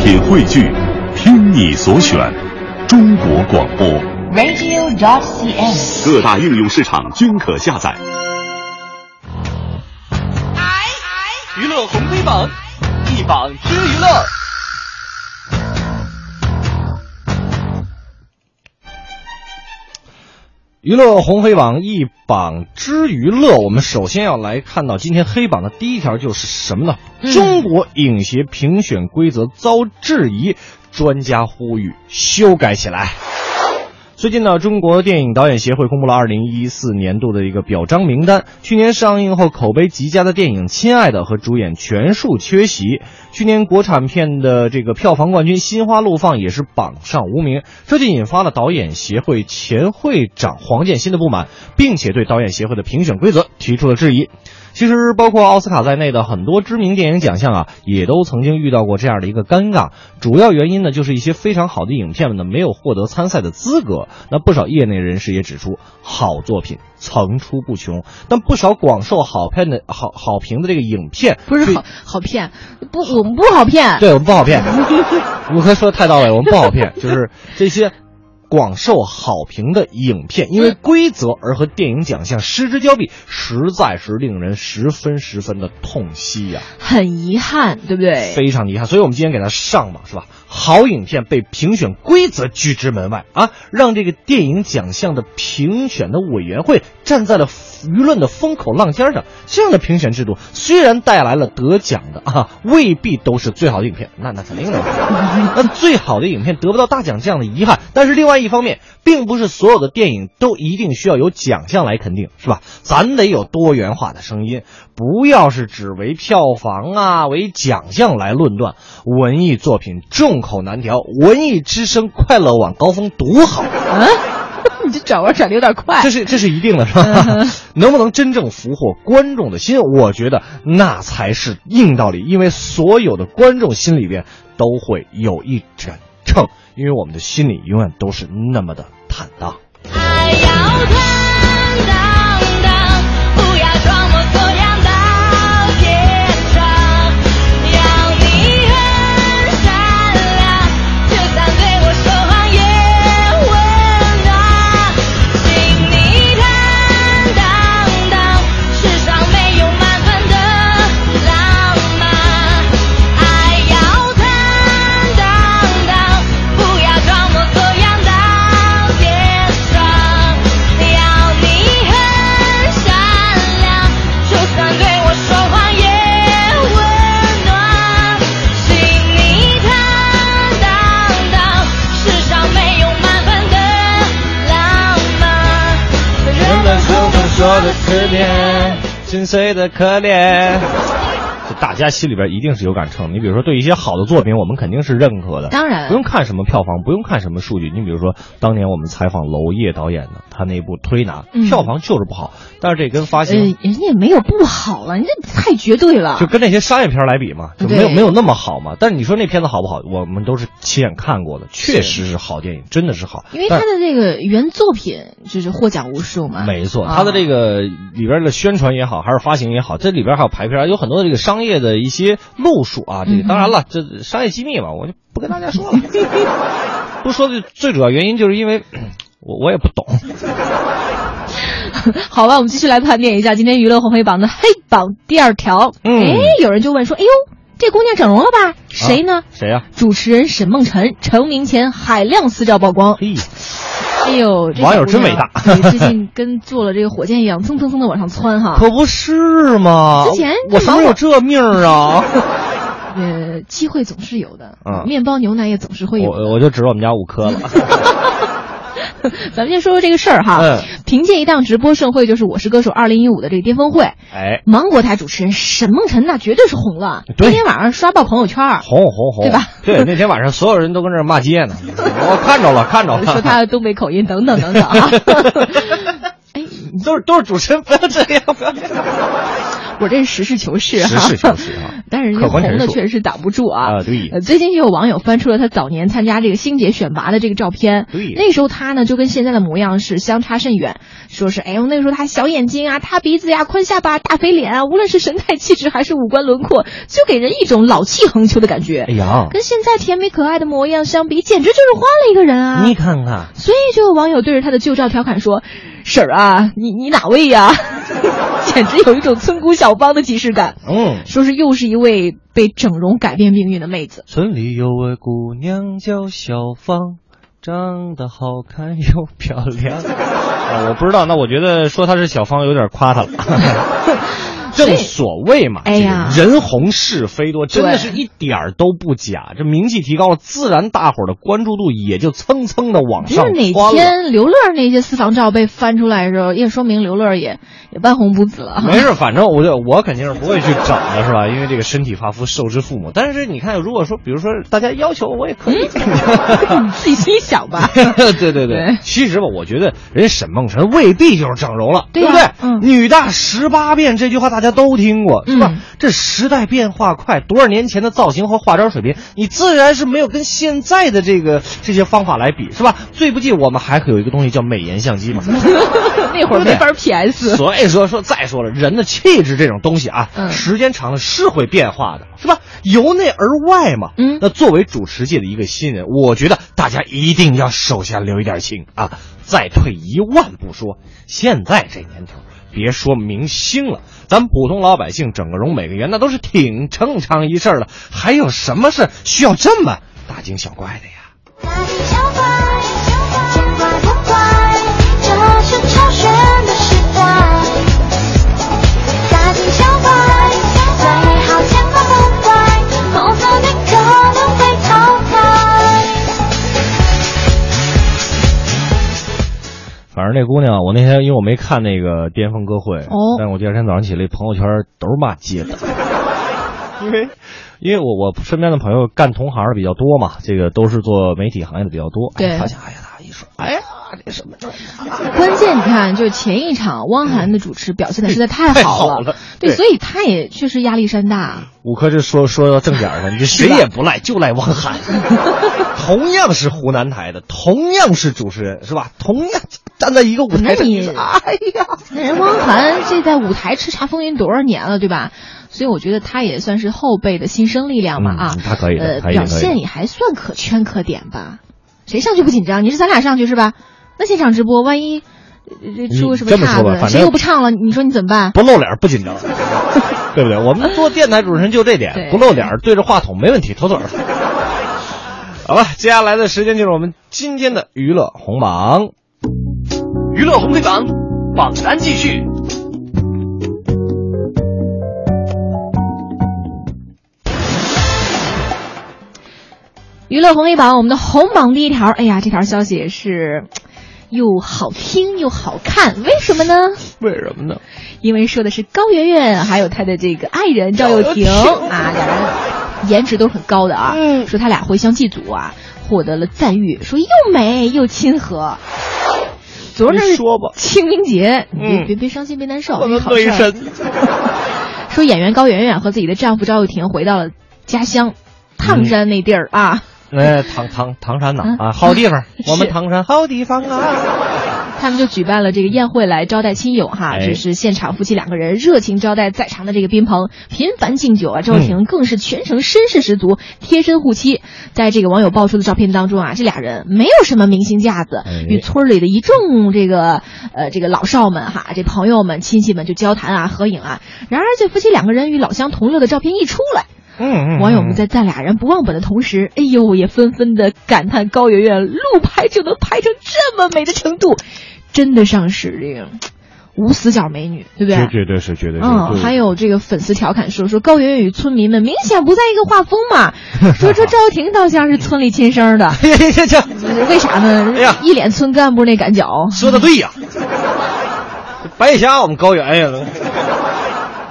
品汇聚，听你所选，中国广播。 radio.cn。各大应用市场均可下载。娱乐红黑榜，一榜之娱乐。娱乐红黑榜一榜之娱乐，我们首先要来看到今天黑榜的第一条就是什么呢？中国影协评选规则遭质疑，专家呼吁修改起来。最近呢，中国电影导演协会公布了二零一四年度的一个表彰名单。去年上映后口碑极佳的电影《亲爱的》和主演全数缺席。去年国产片的这个票房冠军《心花怒放》也是榜上无名，这就引发了导演协会前会长黄建新的不满，并且对导演协会的评选规则提出了质疑。其实，包括奥斯卡在内的很多知名电影奖项啊，也都曾经遇到过这样的一个尴尬。主要原因呢，就是一些非常好的影片呢，没有获得参赛的资格。那不少业内人士也指出，好作品层出不穷，但不少广受好片的 好好评的这个影片，不是好好骗，不，我们不好骗。对我们不好骗。我刚才说的太到位，我们不好骗，就是这些。广受好评的影片，因为规则而和电影奖项失之交臂，实在是令人十分十分的痛惜呀、很遗憾，对不对？非常遗憾。所以我们今天给它上榜是吧？好影片被评选规则拒之门外啊，让这个电影奖项的评选的委员会站在了舆论的风口浪尖上。这样的评选制度虽然带来了得奖的啊，未必都是最好的影片，那那肯定的嘛。那最好的影片得不到大奖这样的遗憾，但是另外一方面，并不是所有的电影都一定需要有奖项来肯定，是吧？咱得有多元化的声音，不要是只为票房啊、为奖项来论断。文艺作品众口难调，文艺之声快乐晚高峰独好。啊嗯， 你这转弯转的有点快这。是这是一定的，是吧？ 能不能真正俘获观众的心，我觉得那才是硬道理，因为所有的观众心里边都会有一杆秤，因为我们的心里永远都是那么的坦荡。爱要坦荡荡，不要装模作样到天长。要你很善良，就算对我说谎也温暖。请你坦荡荡，世上没有满分的浪漫。爱要坦荡荡，不要装模作样到天长。要你很善良，就算对我说谎也温暖。请你坦荡荡，世上没有满分的浪漫。人们口中说的思念。心碎的可怜。就大家心里边一定是有杆秤。你比如说，对一些好的作品，我们肯定是认可的。当然不用看什么票房，不用看什么数据。你比如说，当年我们采访娄烨导演的，他那部《推拿》，嗯票房就是不好，但是这跟发呃行、，啊人家也没有不好了，人家太绝对了就。跟那些商业片来比嘛，就没有对没有那么好嘛。但是你说那片子好不好？我们都是亲眼看过的，确实是好电影，真的是好。因为他但的这个原作品就是获奖无数嘛。没错，啊它的这个里边的宣传也好，还是发行也好，这里边还有排片，有很多的这个商业的一些路数啊。这嗯个哼当然了，这商业机密嘛，我就不跟大 家说了。不说的最主要原因就是因为我我也不懂。 好吧，我们继续来盘点一下今天娱乐红黑榜的黑榜第二条。嗯哎，有人就问说，哎呦，这姑娘整容了吧？谁啊呢？谁呀、主持人沈梦辰成名前海量私照曝光，嘿，哎呦，这网友小姑真伟娘大对最近跟做了这个火箭一样，蹭蹭蹭的往上窜哈。可不是嘛！之前我哪有这命儿 啊？呃，机会总是有的，嗯面包牛奶也总是会有的。我我就指着我们家五科了。 咱们先说说这个事儿哈。嗯凭借一档直播盛会，就是《我是歌手》二零一五的这个巅峰会，哎，芒果台主持人沈梦辰那绝对是红了，对天天晚上刷爆朋友圈儿，红红红，对吧对，那天晚上所有人都跟这儿骂街呢，我看着了，看着了，说 他的东北口音等等等等啊。哎，都是都是主持人，不要这样，不要这样。我这是实事求是、啊，实事求是啊 但是人客家观红陈的述确实是挡不住啊。啊对呃最近就有网友翻出了他早年参加这个星姐选拔的这个照片，对那时候他呢就跟现在的模样是相差甚远，说是哎呦那个时候他小眼睛啊、塌鼻子呀、宽下巴、大肥脸啊，无论是神态气质还是五官轮廓，就给人一种老气横秋的感觉哎。呀，跟现在甜美可爱的模样相比，简直就是换了一个人啊！你看看，所以就有网友对着他的旧照调侃说：“婶儿啊，你你哪位呀？” 简直有一种村姑小帮的即视感。嗯，说是又是一位被整容改变命运的妹子，村里有位姑娘叫小芳，长得好看又漂亮。 啊，我不知道，那我觉得说她是小芳有点夸她了。 正所谓嘛，哎呀这个人红是非多，真的对是一点儿都不假。这名气提高了，自然大伙儿的关注度也就蹭蹭的往真上是哪窜了。天刘乐儿那些私房照被翻出来的时候，也说明刘乐儿也也半红不紫 了。 没事，反正我就我肯定是不会去整的，是吧？因为这个身体发肤受之父母。但是你看，如果说比如说大家要求我也可以，你自己心里想 吧。 对对对对，其实吧，我觉得人家沈梦辰未必就是整容了，对呀不对？嗯女大十八变这句话大家都听过，是吧？嗯这时代变化快，多少年前的造型和化妆水平，你自然是没有跟现在的这个这些方法来比，是吧？最不济我们还有一个东西叫美颜相 机嘛。那会儿没法 PS，所以说说再说了，人的气质这种东西啊，嗯时间长了是会变化的，是吧？由内而外嘛。嗯那作为主持界的一个新人，我觉得大家一定要手下留一点情啊。再退一万步说，现在这年头，别说明星了，咱普通老百姓整个容美个圆，那都是挺正常一事儿了。还有什么事需要这么大惊小怪的呀？小乖，小乖，小乖，这是超炫的时代。大惊小怪，最好千万不怪，否则你可能被淘汰。反正那姑娘，我那天因为我没看那个巅峰歌会，哦但我第二天早上起来，朋友圈都是骂街的，因为因为我我身边的朋友干同行的比较多嘛，这个都是做媒体行业的比较多，对哎发现哎呀，他一说，哎呀，这什么这关键你看，就前一场汪涵的主持表现的实在 太太好好了对，对所以他也确实压力山大。五科这说说到正点儿上，你这谁也不赖，就赖汪涵。同样是湖南台的，同样是主持人，是吧？同样站在一个舞台那上，你哎呀， 那人汪涵这在舞台叱咤风云多少年了，对吧？所以我觉得他也算是后辈的新生力量嘛啊，嗯他可以的呃，他一定表可以的现也还算可圈可点吧。谁上去不紧张？你是咱俩上去是吧？那现场直播，万一呃出个什么这么岔说吧反子，正谁又不唱了？你说你怎么办？不露脸儿不 紧张，对不对？我们做电台主持人就这点，对不露脸儿对着话筒没问题，妥妥的。好吧，接下来的时间就是我们今天的娱乐红榜。娱乐红黑榜榜单继续，娱乐红黑榜，我们的红榜第一条，哎呀，这条消息也是又好听又好看，为什么呢？为什么呢？因为说的是高圆圆还有她的这个爱人赵又廷啊，两人颜值都是很高的啊。嗯说他俩回乡祭祖啊，获得了赞誉，说又美又亲和。昨儿那你是说吧清明节，你别嗯别别伤心，别难受，我这们是好事 儿。对神。说演员高圆圆和自己的丈夫赵又廷回到了家嗯乡唐山那地儿啊。那哎唐唐唐山呐啊，好 地方，我们唐山好地方啊。他们就举办了这个宴会来招待亲友哈，哎这是现场夫妻两个人热情招待在场的这个宾朋，频繁敬酒啊。赵又廷更是全程绅士十足，贴身护妻。在这个网友爆出的照片当中啊，这俩人没有什么明星架子哎，与村里的一众这个呃这个老少们哈，这朋友们亲戚们就交谈啊、合影啊。然而这夫妻两个人与老乡同乐的照片一出来，嗯嗯，网友们在赞俩人不忘本的同时，哎呦，也纷纷的感叹高圆圆路拍就能拍成这么美的程度，真的上是这个无死角美女，对不对？对是绝对嗯，还有这个粉丝调侃说说高圆圆与村民们明显不在一个画风 嘛，说这赵又廷倒像是村里亲生的，这这这为啥呢？哎呀啊一脸村干部那赶脚，说的对呀，白瞎我们高原呀，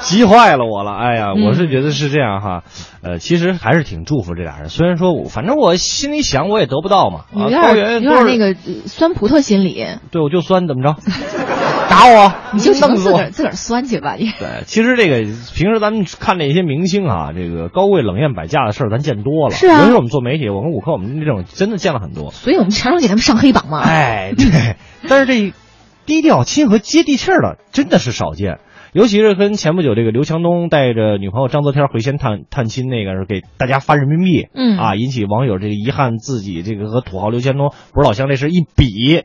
急坏了我了。哎呀，嗯我是觉得是这样哈，呃，其实还是挺祝福这俩人。虽然说我，反正我心里想，我也得不到嘛。啊，有高点有原点那个，个呃酸葡萄心理。 对我就酸怎么着？打我，你就只能弄死自个我儿。自个儿酸去吧，你。对，其实这个平时咱们看这些明星啊，这个高贵冷艳摆架的事儿咱见多了。是啊尤其是我们做媒体，我跟五科我们这种真的见了很多。所以我们常常给他们上黑榜嘛。哎，对，但是这低调、亲和、接地气儿的真的是少见。尤其是跟前不久这个刘强东带着女朋友张泽天回先探探亲那个，是给大家发人民币，嗯啊，引起网友这个遗憾，自己这个和土豪刘强东不是老乡这事一比，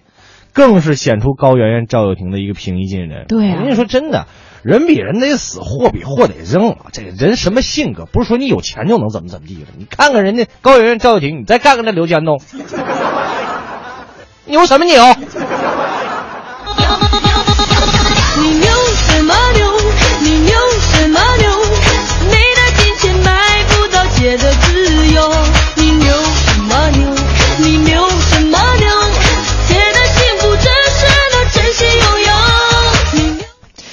更是显出高圆圆、赵又廷的一个平易近人。对啊人家说真的，人比人得死，货比货得扔啊。这个人什么性格，不是说你有钱就能怎么怎么地的。你看看人家高圆圆、赵又廷，你再看看这刘强东， 牛什么牛？你牛什么牛？你牛什么牛？你的金钱买不到姐的自由。你牛什么牛？你牛什么牛？姐的幸福只是能真心拥有。你牛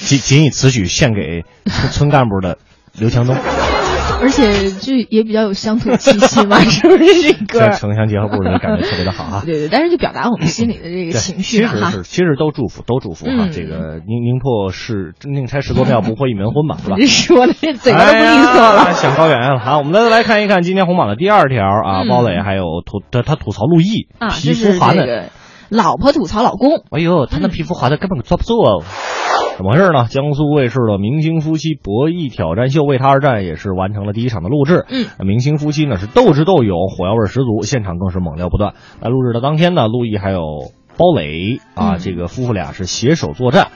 仅仅以此曲献给村村干部的刘强东，而且就也比较有乡土气息 嘛，是不是这歌这儿？城乡结合部的感觉特别的好 啊。对对，但是就表达我们心里的这对个情绪其嘛实哈是，。其实都祝福，都祝福哈。嗯这个宁宁破是宁拆十座庙，不破一门婚嘛，是吧你？说的这嘴巴都不利索哎呀了。想高圆圆了啊！我们来来看一看今天红榜的第二条啊，嗯包磊还有吐他他吐槽陆毅啊，皮这肤是滑这嫩，个嗯老婆吐槽老公，哎呦，他那皮肤滑的根本抓不住哦。怎么回事呢？江苏卫视的明星夫妻博弈挑战秀《为他而战》也是完成了第一场的录制。嗯，明星夫妻呢是斗智斗勇，火药味十足，现场更是猛料不断。那录制的当天呢，陆毅还有包磊啊，嗯这个夫妇俩是携手作战。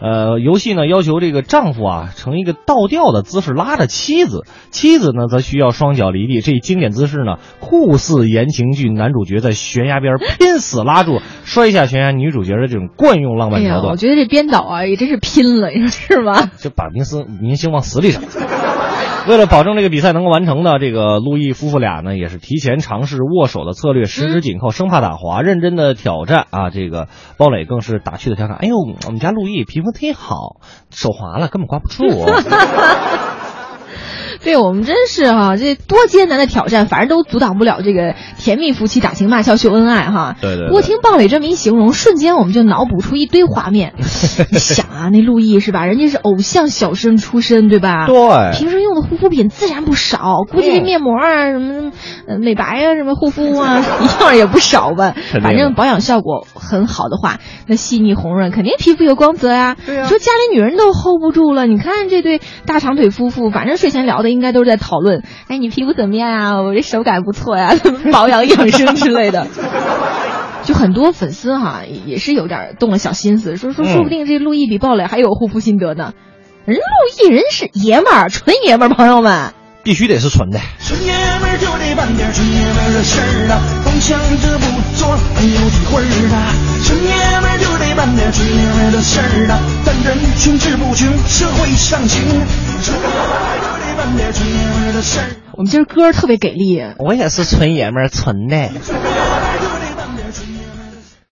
呃，游戏呢要求这个丈夫啊成一个倒吊的姿势拉着妻子，妻子呢则需要双脚离地。这一经典姿势呢，酷似言情剧男主角在悬崖 边拼死拉住摔下悬崖女主角的这种惯用浪哎漫桥呀，段我。觉得这编导啊也真是拼了，你说是吗？就把明星明星往死里整。 为了保证这个比赛能够完成呢，这个陆毅夫妇俩呢也是提前尝试握手的策略，十指紧扣，生怕打滑，认真的挑战啊。这个包磊更是打趣的调侃：“哎呦，我们家陆毅皮肤忒好，手滑了根本挂不住、啊对我们真是哈、这多艰难的挑战，反正都阻挡不了这个甜蜜夫妻打情骂俏秀恩爱哈。对对对不过听鲍磊这么一形容，瞬间我们就脑补出一堆画 面。你想啊，那陆毅是吧？人家是偶像小生出身，对吧？对，平时用的护肤品自然不少，估计这面膜啊、什么呃美白啊、什么护肤 啊，一样也不少吧肯定。的反正保养效果很好的话，那细腻红润，肯定皮肤有光泽呀、对呀啊你说家里女人都 hold 不住了，你看这对大长腿夫妇，反正睡前聊的应该都是在讨论，哎，你皮肤怎么样啊？我这手感不错呀、 怎么保养养生之类的。就很多粉丝哈、也是有点儿动了小心思，说说嗯说不定这陆毅比鲍磊还有护肤心得呢。人陆毅人是爷们儿，纯爷们儿，朋友们。必须得是纯的。纯爷们儿就得办点纯爷们儿的事儿啊，风枪这不做没有几会儿啊。纯爷们儿就得办点纯爷们儿的事儿啊，但人群志不群，社会上行。纯爷们儿就得办点纯爷们儿的事儿。啊我们今儿歌儿特别给力，我也是纯爷们儿，纯的。纯爷们啊